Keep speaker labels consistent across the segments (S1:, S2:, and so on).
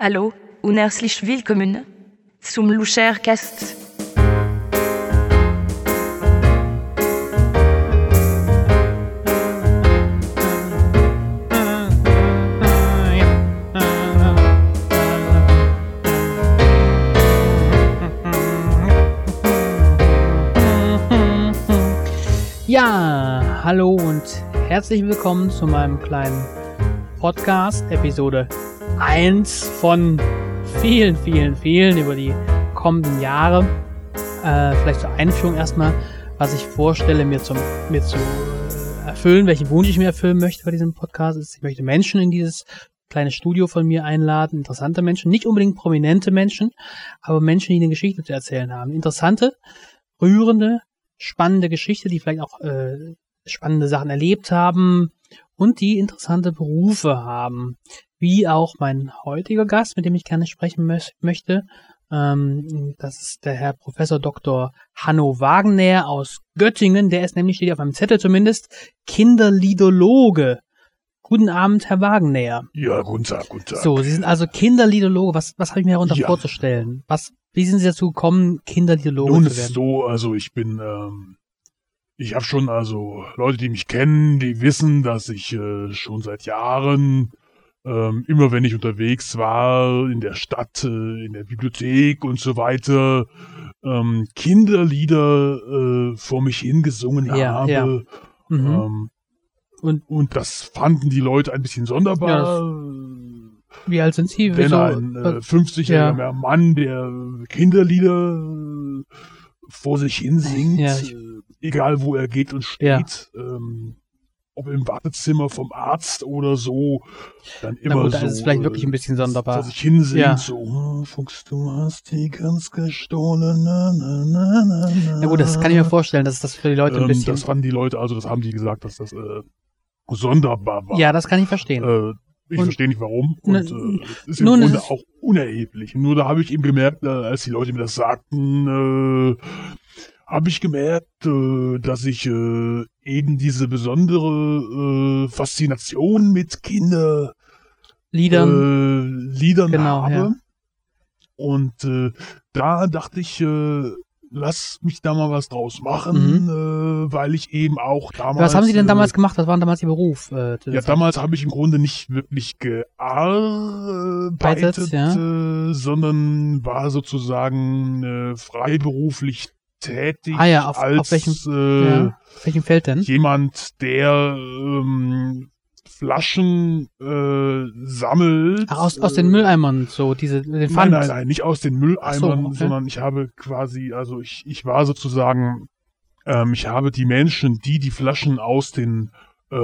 S1: Hallo und herzlich willkommen zum Luchercast.
S2: Ja, hallo und herzlich willkommen zu meinem kleinen Podcast, Episode 1 von vielen, vielen, vielen über die kommenden Jahre. Äh, vielleicht zur Einführung erstmal, was ich vorstelle, mir, zum, mir zu erfüllen, welchen Wunsch ich mir erfüllen möchte bei diesem Podcast. Ist, ich möchte Menschen in dieses kleine Studio von mir einladen, interessante Menschen, nicht unbedingt prominente Menschen, aber Menschen, die eine Geschichte zu erzählen haben. Interessante, rührende, spannende Geschichte, die vielleicht auch äh, spannende Sachen erlebt haben und die interessante Berufe haben. Wie auch mein heutiger Gast, mit dem ich gerne sprechen mös- möchte. Ähm, das ist der Herr Professor Dr. Hanno Wagner aus Göttingen. Der ist nämlich, steht hier auf meinem Zettel zumindest, Kinderliedologe. Guten Abend, Herr Wagner.
S3: Ja, guten Tag, guten Tag.
S2: So, Sie sind also Kinderliedologe. Was, was habe ich mir darunter
S3: Ja.
S2: vorzustellen? Was, wie sind Sie dazu gekommen, Kinderliedologe
S3: Nun
S2: zu werden?
S3: so, also ich bin, ähm, ich habe schon, also Leute, die mich kennen, die wissen, dass ich äh, schon seit Jahren, ähm, immer wenn ich unterwegs war, in der Stadt, äh, in der Bibliothek und so weiter, ähm, Kinderlieder äh, vor mich hingesungen
S2: Ja,
S3: habe.
S2: ja. Mhm.
S3: Ähm,
S2: Und-
S3: und, und das fanden die Leute ein bisschen sonderbar.
S2: Wie alt sind Sie?
S3: wenn
S2: Wieso-
S3: ein äh, 50-jähriger Mann, der äh, Kinderlieder äh, vor sich hin singt,
S2: Ja, ich-
S3: äh, egal wo er geht und steht, ähm, ob im Wartezimmer vom Arzt oder so, dann
S2: na
S3: immer
S2: gut,
S3: so
S2: das ist vielleicht wirklich
S3: äh,
S2: ein bisschen
S3: vor
S2: sonderbar.
S3: sich hin singt,
S2: Ja.
S3: so hm, Fuchs, du hast die Gans gestohlen. Na, na, na, na, na.
S2: Na gut, das kann ich mir vorstellen, dass das für die Leute ein
S3: Ah. ähm,
S2: bisschen.
S3: Das fanden die Leute, also das haben die gesagt, dass das äh, sonderbar war.
S2: ja, das kann ich verstehen.
S3: Äh, ich
S2: Genau. Und-
S3: verstehe nicht warum.
S2: Ne-
S3: Und äh, es ist
S2: nun,
S3: im
S2: es
S3: Grunde
S2: ist-
S3: auch unerheblich. Nur da habe ich eben gemerkt, äh, als die Leute mir das sagten, äh, habe ich gemerkt, äh, dass ich äh, eben diese besondere äh, Faszination mit Kinder
S2: Liedern.
S3: äh, Liedern
S2: Genau,
S3: habe.
S2: ja.
S3: Und äh, da dachte ich, äh, lass mich da mal was draus machen, äh, weil ich eben auch damals.
S2: Mhm. Was haben Sie denn
S3: äh,
S2: damals gemacht? Was war denn damals Ihr Beruf? Äh, zu der
S3: ja,
S2: Zeit?
S3: damals habe ich im Grunde nicht wirklich
S2: Beitet,
S3: gearbeitet,
S2: ja.
S3: äh, sondern war sozusagen äh, freiberuflich tätig
S2: Ah ja, auf- auf
S3: als
S2: welchem-
S3: äh,
S2: ja. Hm? Auf welchem Feld denn?
S3: jemand, der ähm, Flaschen äh, sammelt.
S2: Ach, aus, aus
S3: äh,
S2: den Mülleimern, so diese den
S3: Nein,
S2: Pfand.
S3: nein, nein, nicht aus den Mülleimern,
S2: Ach so, okay.
S3: sondern ich habe quasi, also ich, ich war sozusagen, ähm, ich habe die Menschen, die die Flaschen aus den äh,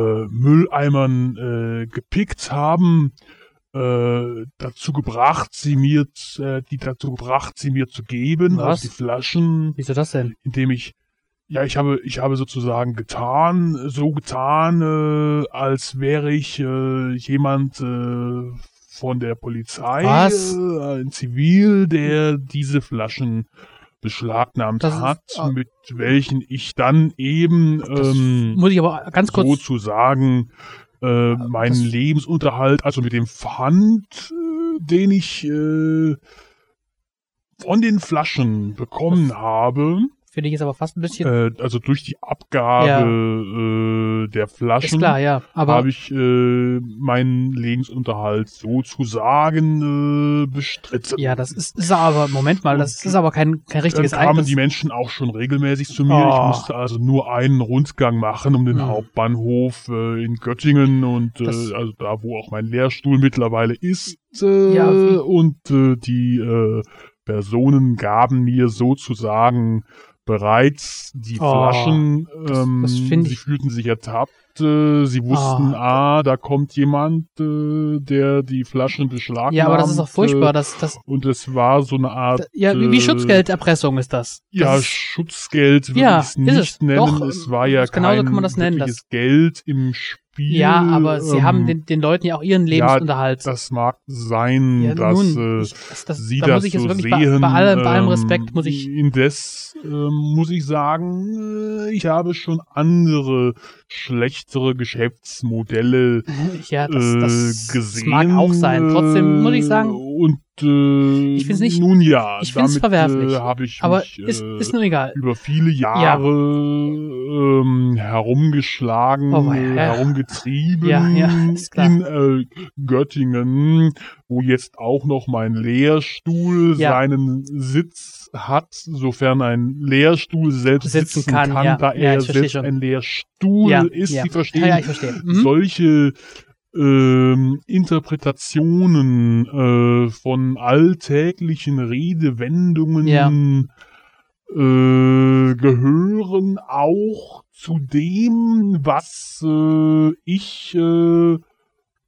S3: Mülleimern äh, gepickt haben, äh, dazu gebracht, sie mir, z- äh, die dazu gebracht, sie mir zu geben,
S2: Was?
S3: also die Flaschen,
S2: Wieso das denn?
S3: indem ich, ja, ich habe, ich habe sozusagen getan, so getan, äh, als wäre ich äh, jemand äh, von der Polizei,
S2: Was?
S3: Äh, ein Zivil, der diese Flaschen beschlagnahmt
S2: Das ist-
S3: hat,
S2: ah.
S3: mit welchen ich dann eben ähm,
S2: Muss ich aber ganz kurz.
S3: sozusagen äh, meinen
S2: das-
S3: Lebensunterhalt, also mit dem Pfand, äh, den ich äh, von den Flaschen bekommen habe,
S2: Finde ich jetzt aber fast ein bisschen.
S3: äh, also durch die Abgabe äh, der Flaschen
S2: ist klar, ja. Aber
S3: habe ich äh, meinen Lebensunterhalt sozusagen äh, bestritten.
S2: ja, das ist, ist aber Moment mal, das ist aber kein kein
S3: Dann
S2: richtiges
S3: Ähm, kamen
S2: Einkommen.
S3: die Menschen auch schon regelmäßig zu mir.
S2: Oh.
S3: Ich musste also nur einen Rundgang machen um den
S2: Hm.
S3: Hauptbahnhof äh, in Göttingen und äh,
S2: Das-
S3: also da, wo auch mein Lehrstuhl mittlerweile ist. Äh,
S2: Ja, wie-
S3: und äh, die äh, Personen gaben mir sozusagen bereits die
S2: Oh,
S3: Flaschen. Ähm,
S2: das find
S3: sie
S2: ich-
S3: fühlten sich ertappt. äh, Sie wussten,
S2: Ah.
S3: ah, da kommt jemand, äh, der die Flaschen beschlagnahmt.
S2: Ja, aber das ist doch
S3: äh,
S2: furchtbar, dass das
S3: Und es war so eine Art.
S2: ja, wie,
S3: äh,
S2: wie Schutzgelderpressung ist das.
S3: ja,
S2: das ist,
S3: Schutzgeld würde
S2: Ja,
S3: ich es
S2: ist
S3: nicht
S2: es.
S3: nennen.
S2: Doch,
S3: es war ja kein
S2: genauso kann man das nennen,
S3: wirkliches Geld im Spiel.
S2: Ja, aber sie
S3: Ähm,
S2: haben den, den Leuten ja auch ihren
S3: ja,
S2: Lebensunterhalt.
S3: Das mag sein,
S2: ja,
S3: dass äh,
S2: ich- das, das,
S3: sie
S2: da
S3: das
S2: muss ich jetzt
S3: so
S2: wirklich
S3: sehen.
S2: bei, bei, allem, bei allem
S3: ähm,
S2: Respekt muss ich
S3: Indes ähm, muss ich sagen, äh, ich habe schon andere, schlechtere Geschäftsmodelle
S2: ja das, das,
S3: äh, gesehen.
S2: das mag auch sein. Trotzdem muss ich
S3: äh,
S2: sagen,
S3: Und äh,
S2: Ich find's nicht-
S3: nun ja,
S2: ich find's
S3: damit
S2: verwerflich.
S3: äh, habe ich
S2: Aber
S3: mich
S2: ist,
S3: äh,
S2: ist nun egal.
S3: über viele Jahre ähm, herumgeschlagen,
S2: Oh, ja.
S3: äh, herumgetrieben
S2: Ja, ja, ist klar.
S3: in äh, Göttingen, wo jetzt auch noch mein Lehrstuhl
S2: Ja.
S3: seinen Sitz hat, sofern ein Lehrstuhl selbst
S2: Sitzen
S3: sitzen,
S2: kann,
S3: kann,
S2: ja.
S3: da
S2: Ja,
S3: er
S2: ich versteh
S3: selbst
S2: schon.
S3: ein Lehrstuhl
S2: Ja,
S3: ist. Sie verstehen
S2: Ja, ja, ich verstehe. Mhm.
S3: solche ähm, Interpretationen äh, von alltäglichen Redewendungen
S2: Ja.
S3: äh, gehören auch zu dem, was äh, ich äh,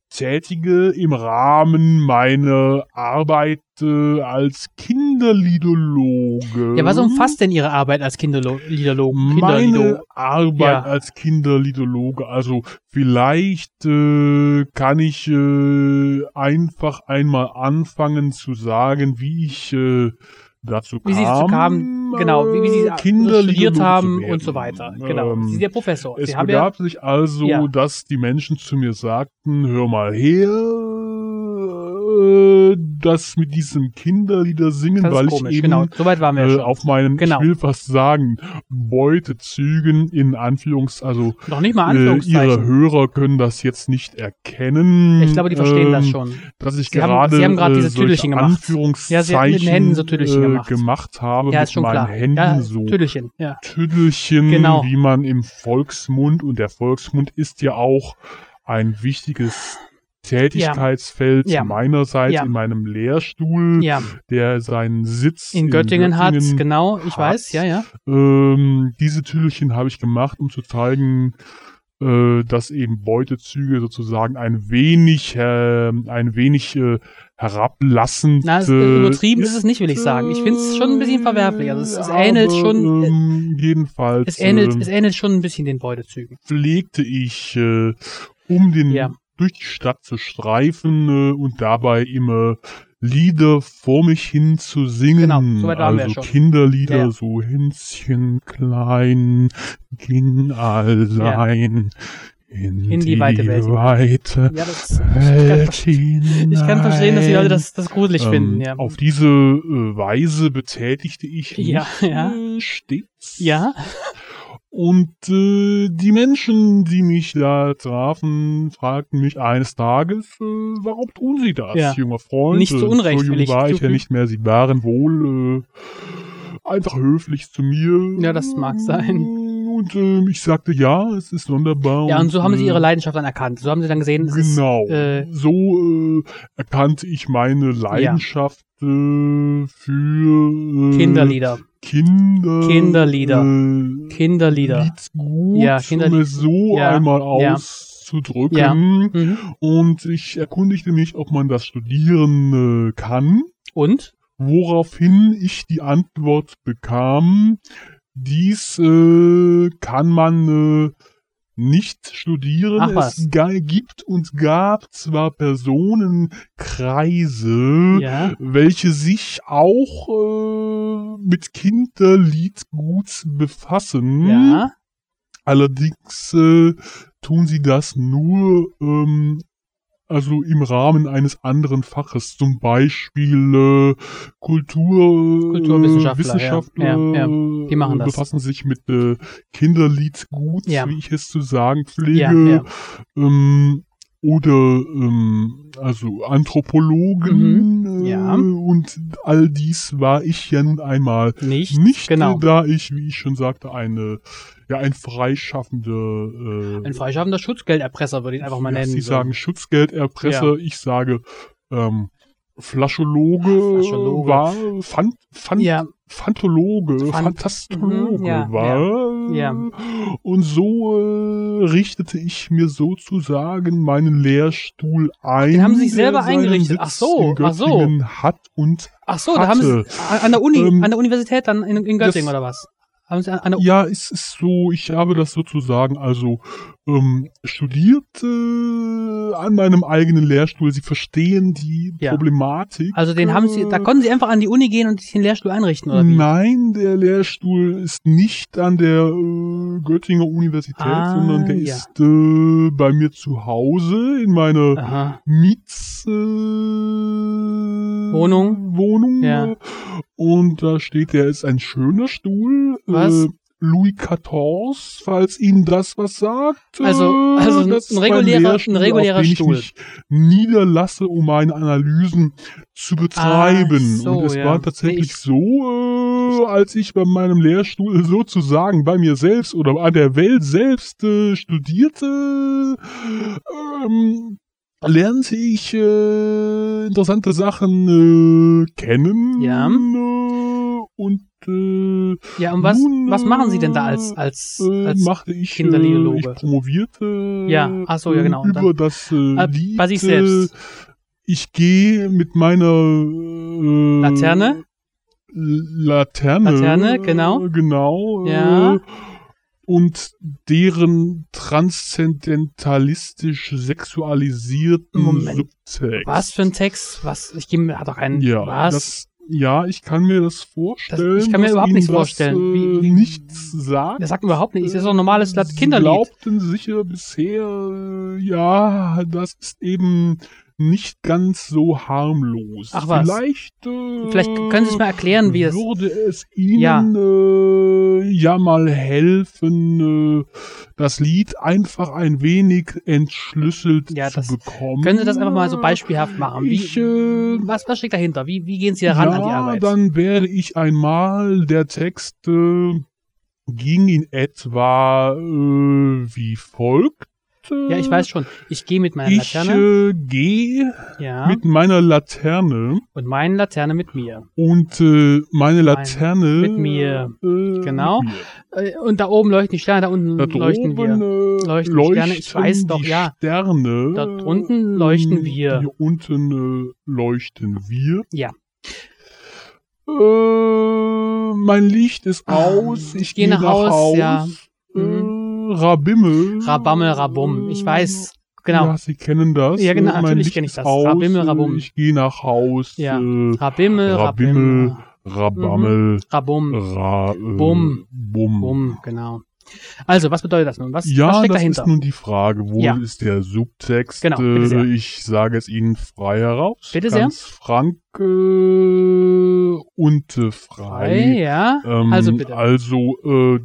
S3: tätige im Rahmen meiner Arbeit äh, als Kinderliedologe.
S2: Ja, was umfasst denn Ihre Arbeit als Kinderliederlogen?
S3: Meine
S2: Kinderlido
S3: Arbeit
S2: um Ja.
S3: als Kinderliedologe, also vielleicht äh, kann ich äh, einfach einmal anfangen zu sagen, wie ich äh, dazu kam.
S2: Wie Sie dazu kamen, genau, wie, wie Sie
S3: äh,
S2: studiert
S3: Kinderliedologe zu
S2: haben
S3: werden.
S2: und so weiter. Genau.
S3: Ähm,
S2: Sie sind der Professor.
S3: es
S2: Sie haben ja,
S3: begab sich also,
S2: Ja.
S3: dass die Menschen zu mir sagten, hör mal her, äh, das mit diesem Kinderlieder singen,
S2: das
S3: weil
S2: ist komisch,
S3: ich eben
S2: genau. Soweit waren wir ja
S3: äh,
S2: schon.
S3: auf meinen,
S2: Genau.
S3: ich will fast sagen, Beutezügen in Anführungs, also
S2: Noch nicht mal
S3: äh, ihre
S2: Anführungszeichen.
S3: Hörer können das jetzt nicht erkennen.
S2: ich glaube, die verstehen das
S3: ähm,
S2: schon.
S3: Dass ich
S2: Sie haben-
S3: gerade
S2: Sie haben gerade
S3: äh,
S2: diese
S3: solche
S2: Tüdelchen gemacht.
S3: Anführungszeichen
S2: Ja, Sie haben mit den Händen so Tüdelchen
S3: äh,
S2: gemacht.
S3: gemacht habe
S2: Ja,
S3: mit
S2: ist schon
S3: meinen
S2: klar.
S3: Händen
S2: ja,
S3: so
S2: Tüdelchen, ja.
S3: Tüdelchen,
S2: Genau.
S3: wie man im Volksmund und der Volksmund ist ja auch ein wichtiges Tätigkeitsfeld
S2: Ja.
S3: meinerseits
S2: Ja.
S3: in meinem Lehrstuhl,
S2: Ja,
S3: der seinen Sitz
S2: in Göttingen hat
S3: Göttingen
S2: genau, ich
S3: hat's.
S2: weiß, ja, ja.
S3: ähm, diese Tüdelchen habe ich gemacht, um zu zeigen, äh, dass eben Beutezüge sozusagen ein wenig, äh, ein wenig äh, herablassend.
S2: Na, es,
S3: äh,
S2: übertrieben ist es nicht, will ich sagen. Ich finde es schon ein bisschen verwerflich. Also es, es ähnelt
S3: äh, aber,
S2: schon,
S3: Ähm, jedenfalls
S2: es ähnelt, es
S3: äh,
S2: ähnelt schon ein bisschen den Beutezügen.
S3: pflegte ich, äh, um den
S2: Ja.
S3: durch die Stadt zu streifen äh, und dabei immer Lieder vor mich hin zu singen.
S2: Genau, soweit waren wir
S3: also
S2: ja schon.
S3: Kinderlieder,
S2: Ja, ja.
S3: so Hänschen klein ging allein in,
S2: In die
S3: die
S2: weite Welt.
S3: weite
S2: Ja, das,
S3: Welt
S2: ich, kann, ich kann verstehen, dass die Leute das, das gruselig
S3: hinein.
S2: finden,
S3: äh, Ähm,
S2: ja.
S3: Auf diese äh, Weise betätigte ich
S2: ja,
S3: mich
S2: ja,
S3: äh, stets.
S2: ja.
S3: Und äh, die Menschen, die mich da trafen, fragten mich eines Tages, äh, warum tun sie das,
S2: Ja.
S3: junger Freund? Äh,
S2: Nicht zu Unrecht,
S3: So
S2: will
S3: jung
S2: ich
S3: war ich ja
S2: hinzufügen.
S3: nicht mehr. Sie waren wohl äh, einfach höflich zu mir.
S2: Ja, das mag sein.
S3: Und äh, ich sagte, ja, es ist wunderbar.
S2: Ja, und so haben sie
S3: äh,
S2: ihre Leidenschaft dann erkannt. So haben sie dann gesehen, es
S3: Genau.
S2: ist, äh,
S3: so äh, erkannte ich meine Leidenschaft äh, für äh,
S2: Kinderlieder.
S3: Kinder,
S2: Kinderlieder.
S3: Äh,
S2: Kinderlieder.
S3: Lied's gut,
S2: Ja,
S3: um
S2: Kinderlied.
S3: es so
S2: Ja,
S3: einmal
S2: ja.
S3: auszudrücken.
S2: Mhm.
S3: Und ich erkundigte mich, ob man das studieren äh, kann,
S2: Und?
S3: woraufhin ich die Antwort bekam, dies äh, kann man äh, nicht studieren.
S2: Ach was.
S3: Es ga- gibt und gab zwar Personenkreise,
S2: Ja.
S3: welche sich auch äh, mit Kinderliedguts befassen.
S2: Ja.
S3: Allerdings äh, tun sie das nur ähm, also im Rahmen eines anderen Faches, zum Beispiel äh, Kultur,
S2: Kulturwissenschaftler, ja. Ja, ja.
S3: Die
S2: machen das.
S3: befassen sich mit äh, Kinderliedgut,
S2: Ja.
S3: wie ich es zu sagen pflege,
S2: Ja, ja.
S3: Ähm, oder ähm, also Anthropologen äh,
S2: Mhm. ja.
S3: und all dies war ich ja nun einmal
S2: Nicht.
S3: nicht,
S2: Genau.
S3: da ich, wie ich schon sagte, eine, ja, ein freischaffende, äh,
S2: Ein freischaffender Schutzgelderpresser würde ich ihn einfach mal
S3: ja,
S2: nennen.
S3: Sie
S2: so.
S3: sagen Schutzgelderpresser, ich sage, ähm, Flaschologe,
S2: Flaschologe.
S3: war, fand, fand,
S2: Ja,
S3: Phantologe,
S2: Phan-
S3: Fantastologe
S2: Mhm, ja,
S3: war.
S2: ja,
S3: Und so äh, richtete ich mir sozusagen meinen Lehrstuhl ein.
S2: haben Sie sich
S3: der
S2: selber
S3: seinen
S2: eingerichtet.
S3: Sitz
S2: Ach so,
S3: in
S2: ach so.
S3: Göttingen Hat und
S2: Ach so, da haben sie an der Uni,
S3: Ähm,
S2: an der Universität dann in, in Göttingen
S3: das-
S2: oder was? Haben sie an, an der
S3: Ja, es ist so, ich habe das sozusagen also ähm, studiert äh, an meinem eigenen Lehrstuhl. Sie verstehen die
S2: Ja.
S3: Problematik.
S2: Also den haben sie, da konnten sie einfach an die Uni gehen und sich den Lehrstuhl einrichten oder wie?
S3: Nein, der Lehrstuhl ist nicht an der äh, Göttinger Universität,
S2: Ah,
S3: sondern der
S2: ja.
S3: ist äh, bei mir zu Hause in meiner
S2: Aha.
S3: Miets, äh,
S2: Wohnung.
S3: Wohnung.
S2: Ja.
S3: äh, Und da steht, der ist ein schöner Stuhl.
S2: Was?
S3: Äh, Louis XIV, falls Ihnen das was sagt.
S2: Also-
S3: Äh,
S2: also ein-
S3: das
S2: ein
S3: ist
S2: regulärer- ein
S3: Lehrstuhl,
S2: regulärer
S3: auf den
S2: Stuhl.
S3: Ich mich niederlasse, um meine Analysen zu betreiben.
S2: Ah, so,
S3: Und es
S2: ja.
S3: war tatsächlich
S2: Nee, ich-
S3: so, äh, als ich bei meinem Lehrstuhl sozusagen bei mir selbst oder an der Welt selbst äh, studierte, ähm, lernte ich äh, interessante Sachen äh, kennen.
S2: Ja.
S3: Äh, und äh,
S2: Ja, und was,
S3: Nun,
S2: was machen Sie denn da
S3: äh,
S2: als, als,
S3: äh,
S2: als
S3: machte ich, äh,
S2: Kinderliologe.
S3: ich promovierte
S2: Ja, ach so, ja,
S3: äh,
S2: genau, und
S3: über das äh,
S2: Ah,
S3: Lied.
S2: bei sich
S3: äh,
S2: selbst.
S3: Ich gehe mit meiner äh,
S2: Laterne?
S3: Laterne.
S2: Laterne, genau.
S3: äh, Genau.
S2: Ja.
S3: Äh, und deren transzendentalistisch sexualisierten
S2: Moment.
S3: Subtext.
S2: was für ein Text? Was? Ich gebe mir doch einen.
S3: Ja,
S2: was?
S3: Das, ja, ich kann mir das vorstellen.
S2: ich kann mir
S3: dass
S2: überhaupt
S3: Ihnen
S2: nichts
S3: das,
S2: vorstellen.
S3: Äh,
S2: Wie- wie-
S3: nichts sagt.
S2: Das sagt mir überhaupt nicht. Das ist doch ein normales Lat-
S3: Sie
S2: Kinderlied.
S3: glaubten sicher bisher, äh, ja, das ist eben nicht ganz so harmlos.
S2: Ach was.
S3: Vielleicht, äh,
S2: Vielleicht können Sie es mal erklären, wie es.
S3: würde es Ihnen
S2: Ja.
S3: ja, äh, ja mal helfen, äh, das Lied einfach ein wenig entschlüsselt
S2: Ja,
S3: zu
S2: das-
S3: bekommen.
S2: Können Sie das einfach mal so beispielhaft machen? Wie,
S3: Ich, äh,
S2: was, was steckt dahinter? Wie, wie gehen Sie daran
S3: ja,
S2: an die Arbeit?
S3: dann werde ich einmal, der Text äh, ging in etwa äh, wie folgt. äh,
S2: ja, ich weiß schon. Ich gehe mit meiner
S3: Ich
S2: Laterne.
S3: äh, gehe
S2: ja.
S3: mit meiner Laterne
S2: und meine Laterne mit mir.
S3: und äh, meine Laterne
S2: mit mir.
S3: äh,
S2: Genau.
S3: Mit mir.
S2: Äh, Und da oben leuchten die Sterne, da unten
S3: Da
S2: leuchten
S3: oben,
S2: wir.
S3: äh,
S2: Leuchten die Sterne. Ich weiß
S3: leuchten
S2: doch,
S3: die
S2: ja.
S3: Sterne.
S2: Da unten leuchten wir.
S3: Hier unten äh, leuchten wir.
S2: Ja.
S3: Äh, mein Licht ist
S2: Ah,
S3: aus. Ich,
S2: gehe
S3: gehe
S2: nach
S3: nach
S2: Haus,
S3: Haus.
S2: ja. Mhm.
S3: Äh, Rabimmel.
S2: Rabammel, Rabum. Ich weiß. Genau.
S3: Ja, Sie kennen das.
S2: Ja, genau,
S3: Äh, mein
S2: natürlich
S3: Licht
S2: kenn ich
S3: ist
S2: das.
S3: Aus,
S2: Rabimmel,
S3: äh,
S2: Rabum.
S3: Ich gehe nach Haus.
S2: Ja.
S3: Äh,
S2: Rabimmel, Rabimmel.
S3: Rabimmel. Rabammel.
S2: Rabum.
S3: Ra, äh,
S2: Mhm. Bum.
S3: Bum.
S2: Bumm, genau. Also, was bedeutet das nun? Was,
S3: Ja,
S2: was steckt
S3: das
S2: dahinter?
S3: ist nun die Frage. Wo
S2: Ja.
S3: ist der Subtext?
S2: Genau, bitte
S3: Äh,
S2: sehr.
S3: Ich sage es Ihnen frei heraus.
S2: Bitte sehr.
S3: ganz frank äh, und äh,
S2: Ei,
S3: frei.
S2: ja.
S3: Ähm,
S2: Also bitte.
S3: Also, äh,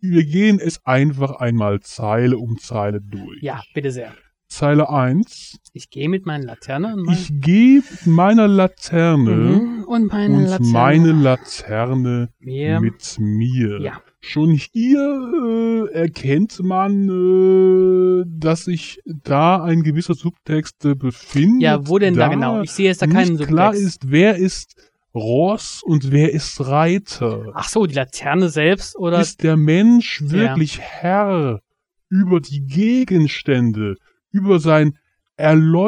S3: wir gehen es einfach einmal Zeile um Zeile durch.
S2: Ja, bitte sehr.
S3: Zeile 1.
S2: Ich gehe mit meinen Laterne und, mein,
S3: Ich gebe meiner Laterne
S2: Mhm. und meine
S3: und
S2: Laterne.
S3: meine Laterne
S2: mir.
S3: mit mir.
S2: Ja.
S3: Schon hier äh, erkennt man, äh, dass sich da ein gewisser Subtext äh, befindet.
S2: ja, wo denn da, genau? Ich sehe jetzt da
S3: nicht
S2: keinen
S3: klar
S2: Subtext.
S3: ist, wer ist Ross und wer ist Reiter.
S2: Ach so, die Laterne selbst oder
S3: Ist der Mensch wirklich Herr über die Gegenstände, über sein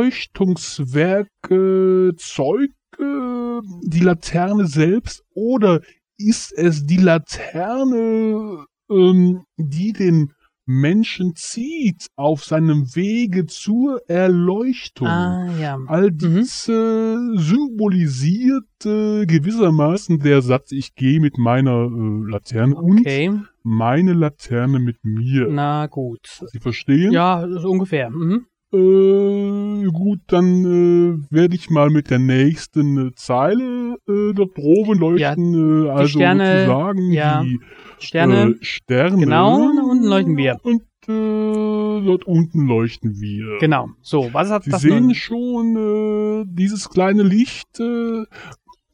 S3: Erleuchtungswerk, äh, Zeug, äh, die Laterne selbst? Oder ist es die Laterne, ähm, die den Menschen zieht auf seinem Wege zur Erleuchtung?
S2: Ah, ja.
S3: All dies äh, symbolisiert äh, gewissermaßen der Satz, ich gehe mit meiner äh, Laterne
S2: Okay,
S3: und meine Laterne mit mir.
S2: na gut.
S3: Sie verstehen?
S2: Mhm. Ja, so ungefähr. Mhm.
S3: Äh, gut, dann äh, werde ich mal mit der nächsten äh, Zeile äh, dort oben leuchten. äh, also
S2: Sterne,
S3: sozusagen
S2: ja,
S3: die
S2: Sterne.
S3: Äh, Sterne.
S2: Genau, da unten leuchten wir.
S3: Und äh, dort unten leuchten wir.
S2: Genau. So, was hat
S3: Sie
S2: das
S3: sehen
S2: nun?
S3: schon äh, dieses kleine Licht. Äh,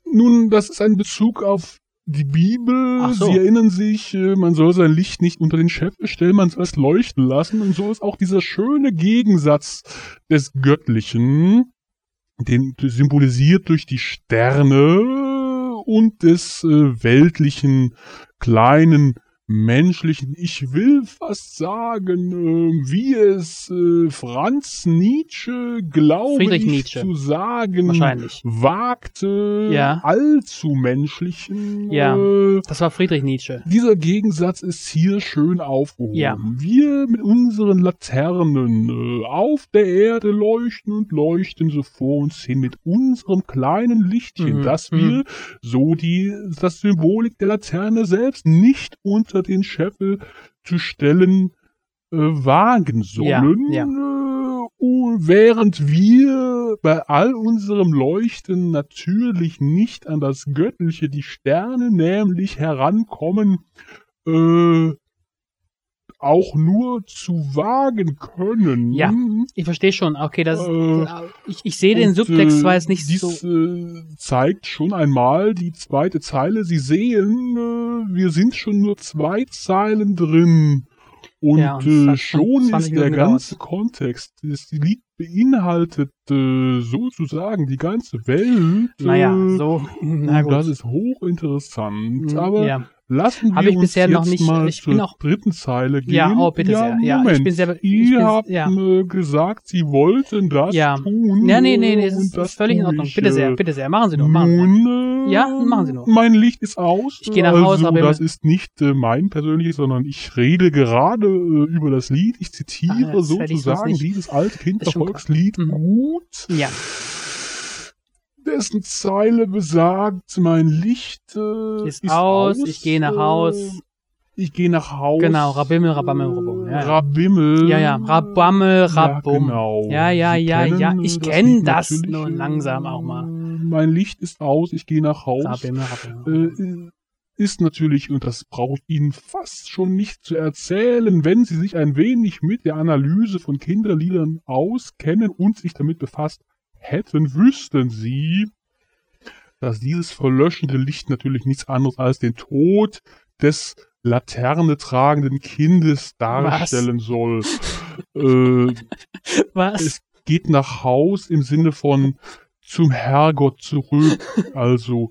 S3: nun, das ist ein Bezug auf die Bibel.
S2: Ach so.
S3: Sie erinnern sich, äh, man soll sein Licht nicht unter den Scheffel stellen, man soll es leuchten lassen. Und so ist auch dieser schöne Gegensatz des Göttlichen, den symbolisiert durch die Sterne und des äh, weltlichen kleinen menschlichen, ich will fast sagen, äh, wie es äh, Franz Nietzsche, glaube
S2: Friedrich
S3: ich,
S2: Nietzsche.
S3: zu sagen
S2: Wahrscheinlich.
S3: wagte,
S2: Ja.
S3: allzu menschlichen.
S2: Ja.
S3: Äh,
S2: Das war Friedrich Nietzsche.
S3: dieser Gegensatz ist hier schön aufgehoben.
S2: Ja.
S3: Wir mit unseren Laternen äh, auf der Erde leuchten und leuchten so vor uns hin mit unserem kleinen Lichtchen,
S2: Mhm.
S3: dass
S2: Mhm.
S3: wir so die das Symbolik der Laterne selbst nicht unter den Scheffel zu stellen äh, wagen sollen.
S2: Ja, ja.
S3: Äh, während wir bei all unserem Leuchten natürlich nicht an das Göttliche, die Sterne nämlich herankommen, äh, auch nur zu wagen können.
S2: Ja, Ich verstehe schon. Okay, das
S3: Äh,
S2: ich, ich sehe den
S3: Und,
S2: Subtext
S3: äh,
S2: zwar jetzt nicht
S3: dies,
S2: so.
S3: äh, zeigt schon einmal die zweite Zeile. Sie sehen, äh, wir sind schon nur zwei Zeilen drin. Und,
S2: Ja, und es
S3: äh,
S2: hat schon
S3: schon
S2: 20
S3: ist der
S2: Minuten gedauert.
S3: ganze Kontext, das Lied beinhaltet äh, sozusagen die ganze Welt.
S2: Naja,
S3: äh,
S2: so. Na
S3: Das
S2: gut.
S3: ist hochinteressant.
S2: Mm,
S3: Aber
S2: ja.
S3: lassen
S2: Hab
S3: wir
S2: ich
S3: uns
S2: bisher
S3: jetzt
S2: noch nicht-
S3: mal
S2: ich
S3: zur
S2: bin auch-
S3: dritten Zeile gehen.
S2: ja, oh bitte sehr. Ja,
S3: Moment.
S2: ich bin sehr. Ich
S3: Ihr
S2: bin,
S3: habt
S2: ja.
S3: äh, gesagt, sie wollten das
S2: Ja.
S3: tun.
S2: ja, nee, nee, nee, es
S3: und
S2: ist
S3: das
S2: völlig in
S3: tue
S2: Ordnung.
S3: ich,
S2: Bitte sehr,
S3: äh,
S2: bitte sehr. Machen Sie nur. Machen Sie nur.
S3: nun, äh,
S2: Ja, machen Sie nur.
S3: Mein Licht ist aus.
S2: Ich geh nach
S3: also,
S2: Hause, aber-
S3: das ist nicht äh, mein persönliches, sondern ich rede gerade äh, über das Lied. Ich
S2: Ah,
S3: zitiere
S2: das hätte ich sonst
S3: sozusagen
S2: nicht.
S3: dieses alte
S2: Ist schon
S3: Kindervolkslied
S2: klar. Mhm.
S3: gut.
S2: Ja.
S3: Dessen Zeile besagt, mein Licht äh,
S2: Ist aus, ich geh nach
S3: äh,
S2: Haus.
S3: Ich gehe nach Haus.
S2: Genau, Rabimmel, Rabammel,
S3: äh,
S2: Rabum, ja, ja.
S3: Rabimmel.
S2: Ja, ja. Rabammel, Rabum.
S3: Ja, genau.
S2: Ja, ja,
S3: Sie
S2: ja, ja.
S3: kennen, äh,
S2: Ich
S3: das
S2: kenn
S3: Lied
S2: das
S3: natürlich,
S2: nur
S3: äh,
S2: langsam auch mal.
S3: Mein Licht ist aus, ich gehe nach Haus.
S2: Rabimmel, Rabammel.
S3: Äh, ist natürlich, und das braucht Ihnen fast schon nicht zu erzählen, wenn Sie sich ein wenig mit der Analyse von Kinderliedern auskennen und sich damit befasst hätten, wüssten Sie, dass dieses verlöschende Licht natürlich nichts anderes als den Tod des Laterne tragenden Kindes darstellen soll. äh,
S2: Was?
S3: es geht nach Haus im Sinne von zum Herrgott zurück. Also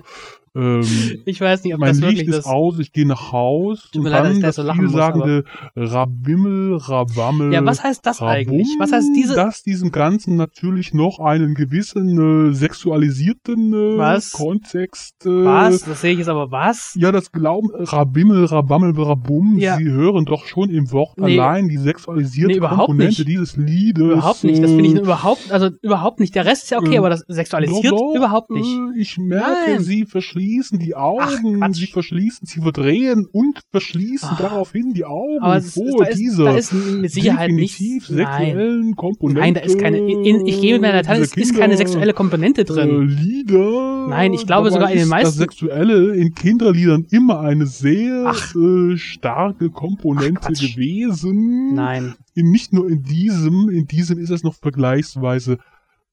S3: ähm,
S2: Ich weiß nicht, ob
S3: mein
S2: das
S3: Licht
S2: wirklich
S3: ist
S2: das.
S3: aus, ich gehe nach Haus
S2: Tut
S3: und
S2: mir leid, dass
S3: dann
S2: ich da
S3: das
S2: so lachen muss,
S3: vielsagende Rabimmel, Rabammel,
S2: Ja, was heißt das
S3: Rabum,
S2: eigentlich? Was heißt diese.
S3: dass diesem Ganzen natürlich noch einen gewissen äh, sexualisierten äh,
S2: Was?
S3: Kontext äh,
S2: Was? Das sehe ich jetzt aber was?
S3: ja, das Glauben, äh, Rabimmel, Rabammel, Rabum,
S2: Ja.
S3: Sie hören doch schon im Wort
S2: Nee.
S3: allein die sexualisierte
S2: Nee, überhaupt
S3: Komponente
S2: nicht.
S3: dieses Liedes.
S2: Überhaupt nicht. Das finde ich
S3: äh,
S2: überhaupt, also überhaupt nicht. Der Rest ist ja okay,
S3: ähm,
S2: aber das sexualisiert
S3: doch, doch,
S2: überhaupt nicht.
S3: äh, Ich merke,
S2: Nein.
S3: sie verschließen die Augen,
S2: Quatsch.
S3: sie verschließen, sie verdrehen und verschließen
S2: Ah.
S3: daraufhin die Augen
S2: Aber es,
S3: vor
S2: da, ist,
S3: dieser
S2: da ist mit Sicherheit nichts.
S3: definitiv
S2: Nein.
S3: sexuellen Komponente.
S2: Nein, da ist keine. In, ich gehe mit meiner Latein, es
S3: dieser
S2: ist keine
S3: Kinder-
S2: sexuelle Komponente drin.
S3: Äh, Lieder.
S2: Nein, ich glaube
S3: Dabei
S2: sogar in den
S3: ist
S2: meisten-
S3: Das Sexuelle in Kinderliedern immer eine sehr
S2: Ach.
S3: äh, starke Komponente
S2: Ach, Quatsch.
S3: gewesen.
S2: Nein.
S3: In, nicht nur in diesem, in diesem ist es noch vergleichsweise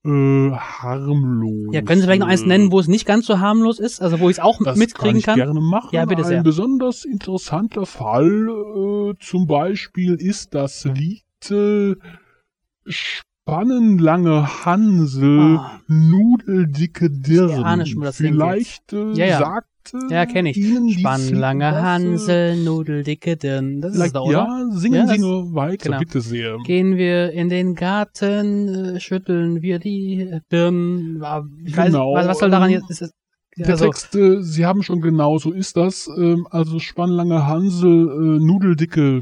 S3: äh, harmlos.
S2: Ja, können Sie vielleicht noch eins
S3: Äh,
S2: nennen, wo es nicht ganz so harmlos ist, also wo ich es auch
S3: das
S2: mitkriegen
S3: kann.
S2: kann?
S3: Ich gerne machen.
S2: Ja, bitte
S3: Ein
S2: sehr.
S3: besonders interessanter Fall äh, zum Beispiel ist das Lied äh, Spannenlange Hansel,
S2: Ah.
S3: Nudeldicke Dirn.
S2: Ich ahne schon, wo das hingeht.
S3: Vielleicht äh,
S2: Ja, ja.
S3: sagt äh,
S2: Ja, kenn ich.
S3: Ihnen die
S2: Spannlange
S3: Singbasse-
S2: Hansel, Nudeldicke Dirn. Das ist es
S3: Vielleicht,
S2: da, oder?
S3: ja, singen
S2: Ja,
S3: Sie
S2: das-
S3: nur weiter,
S2: genau.
S3: bitte sehr.
S2: Gehen wir in den Garten, äh, schütteln wir die Birnen. Ah, Ich weiß,
S3: Genau.
S2: was, was soll daran jetzt? Ist es,
S3: Der
S2: also,
S3: Text, äh, Sie haben schon genau, so ist das. Ähm, also Spannlange Hansel, äh, Nudeldicke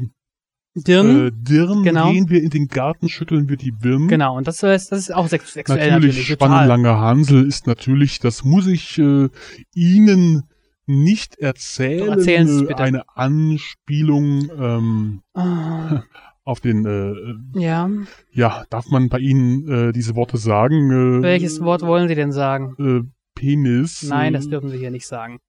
S2: Dirn.
S3: äh, Dirn
S2: Genau.
S3: gehen wir in den Garten, schütteln wir die Birnen.
S2: genau, und das, ist- das ist auch sex- sexuell natürlich.
S3: Hm? Natürlich,
S2: total.
S3: Spannenlange Hansel ist natürlich, das muss ich äh, Ihnen nicht erzählen,
S2: Doch, erzählen Sie es
S3: äh,
S2: bitte.
S3: eine Anspielung ähm,
S2: Ah,
S3: auf den, äh,
S2: Ja,
S3: ja, darf man bei Ihnen äh, diese Worte sagen? Äh,
S2: welches Wort wollen Sie denn sagen?
S3: Äh, Penis.
S2: Nein,
S3: äh,
S2: das dürfen Sie hier nicht sagen.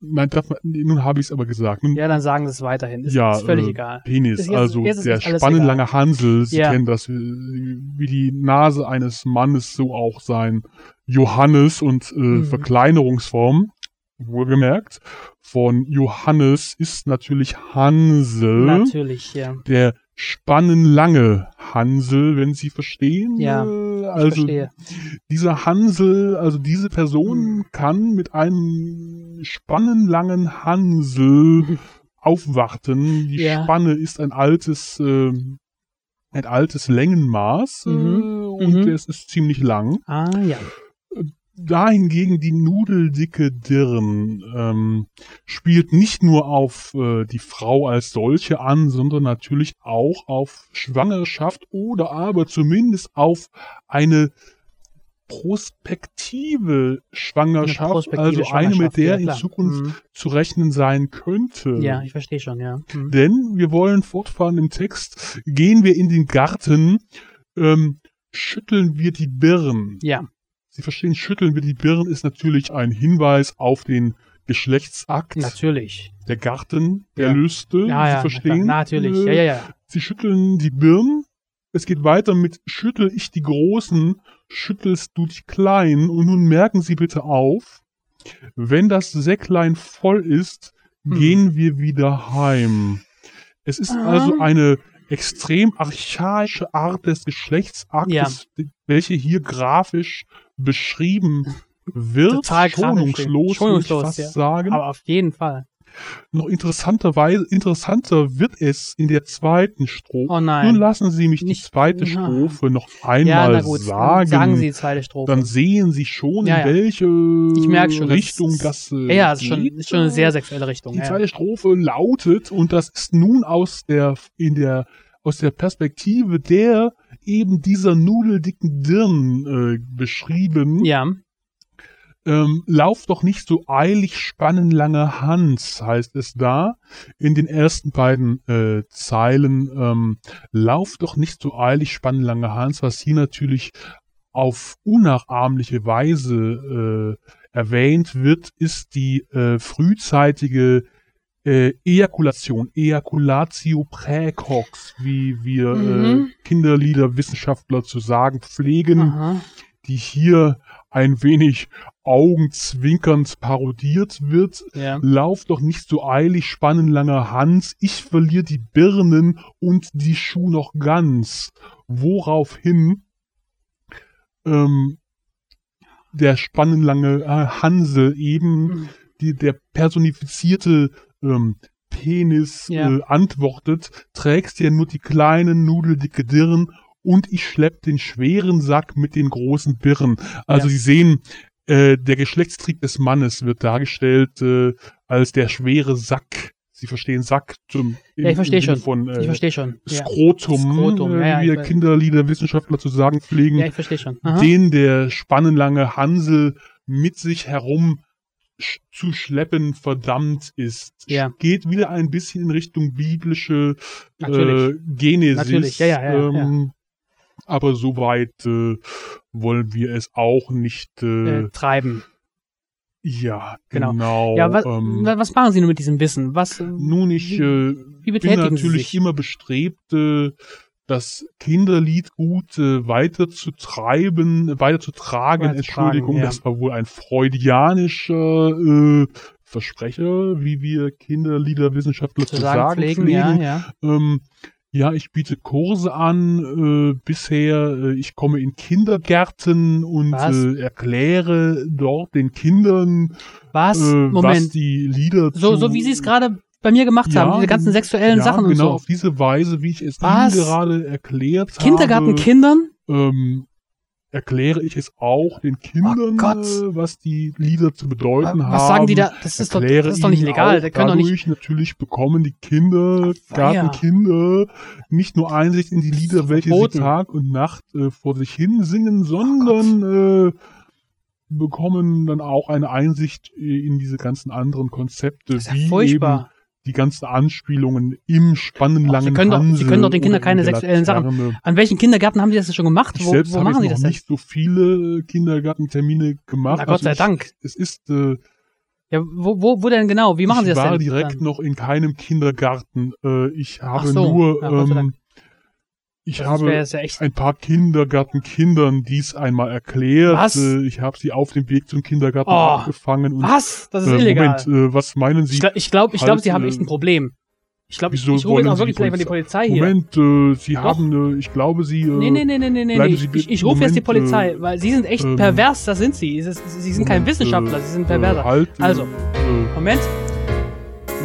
S3: Nein, darf man, nun habe ich es aber gesagt. Nun,
S2: Ja, dann sagen Sie es weiterhin. Ist,
S3: Ja,
S2: ist völlig
S3: äh,
S2: egal.
S3: Penis,
S2: Ist jetzt-
S3: also
S2: jetzt ist
S3: der
S2: jetzt alles
S3: spannenlange Hansel, Sie
S2: Ja.
S3: kennen das, äh, wie die Nase eines Mannes, so auch sein Johannes und äh,
S2: Mhm.
S3: Verkleinerungsform, wohlgemerkt, von Johannes ist natürlich Hansel,
S2: Natürlich, ja.
S3: der spannenlange Hansel, wenn Sie verstehen.
S2: Ja,
S3: äh,
S2: Ich
S3: also
S2: verstehe.
S3: dieser Hansel, also diese Person
S2: Hm.
S3: kann mit einem spannenlangen Hansel aufwarten. Die
S2: Ja.
S3: Spanne ist ein altes, äh, ein altes Längenmaß äh,
S2: Mhm.
S3: und
S2: Mhm.
S3: es ist ziemlich lang.
S2: Ah, ja.
S3: Dahingegen die nudeldicke Dirn ähm, spielt nicht nur auf äh, die Frau als solche an, sondern natürlich auch auf Schwangerschaft oder aber zumindest auf eine prospektive Schwangerschaft,
S2: prospektive
S3: also eine,
S2: Schwangerschaft,
S3: mit der
S2: ja,
S3: in
S2: klar.
S3: Zukunft äh, zu rechnen sein könnte.
S2: Mhm. Ja, ich verstehe schon, ja. Mhm.
S3: Denn wir wollen fortfahren im Text. Gehen wir in den Garten, Ähm, schütteln wir die Birnen.
S2: Ja.
S3: Sie verstehen, schütteln wir die Birnen ist natürlich ein Hinweis auf den Geschlechtsakt,
S2: Natürlich.
S3: der Garten, der
S2: Ja.
S3: Lüste.
S2: Ja,
S3: Sie
S2: ja, na klar,
S3: verstehen.
S2: natürlich. Ja,
S3: Äh,
S2: ja, ja.
S3: Sie schütteln die Birnen. Es geht weiter mit schüttel ich die Großen, schüttelst du die Kleinen. Und nun merken Sie bitte auf, wenn das Säcklein voll ist,
S2: Hm.
S3: gehen wir wieder heim. Es ist
S1: Ah.
S3: also eine extrem archaische Art des Geschlechtsaktes, welche hier grafisch beschrieben wird.
S2: Total grafisch.
S3: schonungslos, würde ich
S2: Schonungslos,
S3: fast
S2: ja.
S3: sagen.
S2: Aber auf jeden Fall.
S3: Noch interessanterweise, interessanter wird es in der zweiten Strophe.
S2: Oh
S3: Nun
S2: nein.
S3: lassen Sie mich die
S2: Nicht-
S3: zweite
S2: Na.
S3: Strophe noch
S2: Ja,
S3: einmal
S2: na gut.
S3: sagen.
S2: Sagen Sie die zweite Strophe.
S3: Dann sehen Sie schon,
S2: Ja,
S3: in
S2: ja.
S3: welche
S2: Ich merk schon, das
S3: Richtung
S2: ist-
S3: das
S2: ja,
S3: äh,
S2: ja, ist schon,
S3: geht.
S2: ist schon eine sehr sexuelle Richtung.
S3: Die
S2: Ja.
S3: zweite Strophe lautet, und das ist nun aus der, in der, aus der Perspektive der eben dieser nudeldicken Dirnen äh, beschrieben.
S2: ja.
S3: Ähm, Lauf doch nicht so eilig, spannen lange Hans, heißt es da in den ersten beiden äh, Zeilen. Ähm, Lauf doch nicht so eilig, spannen lange Hans, was hier natürlich auf unnachahmliche Weise äh, erwähnt wird, ist die äh, frühzeitige äh, Ejakulation, Ejaculatio praecox, wie wir
S2: Mhm.
S3: äh, Kinderliederwissenschaftler zu sagen pflegen
S2: Aha.
S3: die hier ein wenig augenzwinkernd parodiert wird.
S2: Ja.
S3: Lauf doch nicht so eilig, spannenlanger Hans, ich verliere die Birnen und die Schuh noch ganz. Woraufhin ähm, der spannenlange äh, Hansel
S2: Mhm.
S3: eben, die, der personifizierte ähm, Penis
S2: Ja.
S3: äh, antwortet, trägst ja nur die kleinen, nudeldicke Dirren und ich schlepp den schweren Sack mit den großen Birren. Also
S2: Ja.
S3: Sie sehen, äh, der Geschlechtstrieb des Mannes wird dargestellt äh, als der schwere Sack. Sie verstehen Sack zum
S2: Ja, ich verstehe schon.
S3: von äh,
S2: Ich verstehe schon. Ja.
S3: Skrotum,
S2: Skrotum,
S3: äh,
S2: ja, ja,
S3: wie
S2: ich
S3: wir
S2: weiß.
S3: Kinderliederwissenschaftler zu sagen pflegen,
S2: ja, ich verstehe schon. Aha.
S3: den der spannenlange Hansel mit sich herum sch- zu schleppen verdammt ist.
S2: Ja.
S3: Geht wieder ein bisschen in Richtung biblische
S2: Natürlich.
S3: äh, Genesis.
S2: Natürlich, ja, ja, ja, ja.
S3: ähm, Aber so weit äh, wollen wir es auch nicht. Äh,
S2: äh, treiben.
S3: ja,
S2: genau.
S3: genau.
S2: ja, was,
S3: ähm,
S2: wa- was machen Sie nun mit diesem Wissen? Was,
S3: nun, ich äh,
S2: wie
S3: bin
S2: betätigen Sie
S3: natürlich
S2: sich?
S3: immer bestrebt, äh, das Kinderlied gut äh, weiterzutreiben, weiterzutragen.
S2: Weiterzutragen,
S3: Entschuldigung,
S2: ja.
S3: das war wohl ein freudianischer äh, Versprecher, wie wir Kinderliederwissenschaftler zu sagen pflegen.
S2: ja, ja.
S3: Ähm, ja, ich biete Kurse an äh, bisher. Äh, ich komme in Kindergärten und
S2: Was?
S3: äh, erkläre dort den Kindern,
S2: Was?
S3: äh, was
S2: Moment.
S3: die Lieder
S2: so,
S3: zu-
S2: so wie Sie es gerade bei mir gemacht
S3: Ja,
S2: haben, diese ganzen sexuellen
S3: ja,
S2: Sachen
S3: genau
S2: und
S3: auf
S2: so.
S3: diese Weise, wie ich es
S2: Was?
S3: Ihnen gerade erklärt habe,
S2: Kindergartenkindern?
S3: ähm, erkläre ich es auch den Kindern,
S2: Oh Gott.
S3: äh, was die Lieder zu bedeuten haben.
S2: Was sagen die da? Das ist doch,
S3: erkläre
S2: das ist doch nicht
S3: ihnen
S2: legal.
S3: auch
S2: Da können doch
S3: dadurch
S2: nicht.
S3: natürlich bekommen die Kinder,
S2: Feier.
S3: Gartenkinder, nicht nur Einsicht in die
S2: Das ist
S3: Lieder, welche
S2: verboten. Oh
S3: sie Tag und Nacht äh, vor sich hin singen, sondern äh, bekommen dann auch eine Einsicht äh, in diese ganzen anderen Konzepte,
S2: Das ist ja
S3: wie eben
S2: furchtbar.
S3: die ganzen Anspielungen im spannenden
S2: Ach,
S3: langen
S2: Sie können doch- Sie
S3: Hansel
S2: können doch den Kindern
S3: oder in
S2: keine
S3: der
S2: sexuellen Sachen-
S3: Laterne.
S2: An welchen Kindergärten haben Sie das denn schon gemacht?
S3: Ich
S2: Wo,
S3: selbst
S2: wo
S3: habe
S2: machen Sie
S3: jetzt
S2: das
S3: noch
S2: denn?
S3: nicht so viele Kindergartentermine gemacht. Also
S2: Na Gott sei
S3: ich,
S2: Dank.
S3: Es ist äh,
S2: Ja, wo, wo, wo denn genau? Wie machen Sie das
S3: ich war
S2: denn?
S3: direkt
S2: dann?
S3: noch in keinem Kindergarten. Äh, ich habe
S2: so.
S3: nur,
S2: Ja, Gott sei
S3: ähm,
S2: Dank.
S3: ich
S2: Das wäre
S3: habe
S2: jetzt ja echt.
S3: ein paar Kindergartenkindern dies einmal erklärt.
S2: Was?
S3: Äh, ich habe sie auf dem Weg zum Kindergarten
S2: Oh.
S3: abgefangen. Und,
S2: Was? Das ist
S3: äh,
S2: illegal.
S3: Moment, äh, was meinen Sie?
S2: Ich glaube, ich glaub, ich glaub,
S3: halt,
S2: Sie haben echt
S3: äh,
S2: ein Problem. Ich glaube, ich
S3: wieso
S2: rufe jetzt
S3: wollen
S2: auch
S3: Sie
S2: wirklich
S3: die
S2: gleich mal die Polizei hier.
S3: Moment, äh, Sie
S2: Doch.
S3: haben, äh, ich glaube, Sie. Äh,
S2: Nee, nee, nee, nee, nee, nee.
S3: Bleiben
S2: nee.
S3: Sie bitte-
S2: ich ich rufe jetzt die
S3: Moment, äh,
S2: Polizei, weil Sie sind echt
S3: ähm,
S2: pervers, das sind Sie. Sie, sie sind kein
S3: Moment,
S2: Wissenschaftler, Sie sind
S3: Äh,
S2: Perverser.
S3: halt, äh,
S2: Also.
S3: äh,
S2: Moment,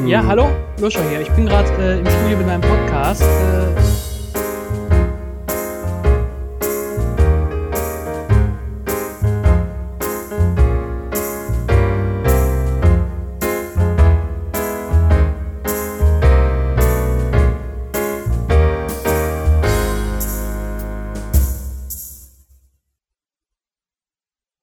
S3: äh,
S2: ja, hallo? Luscher hier. Ich bin gerade äh, im Studio mit meinem Podcast. Äh,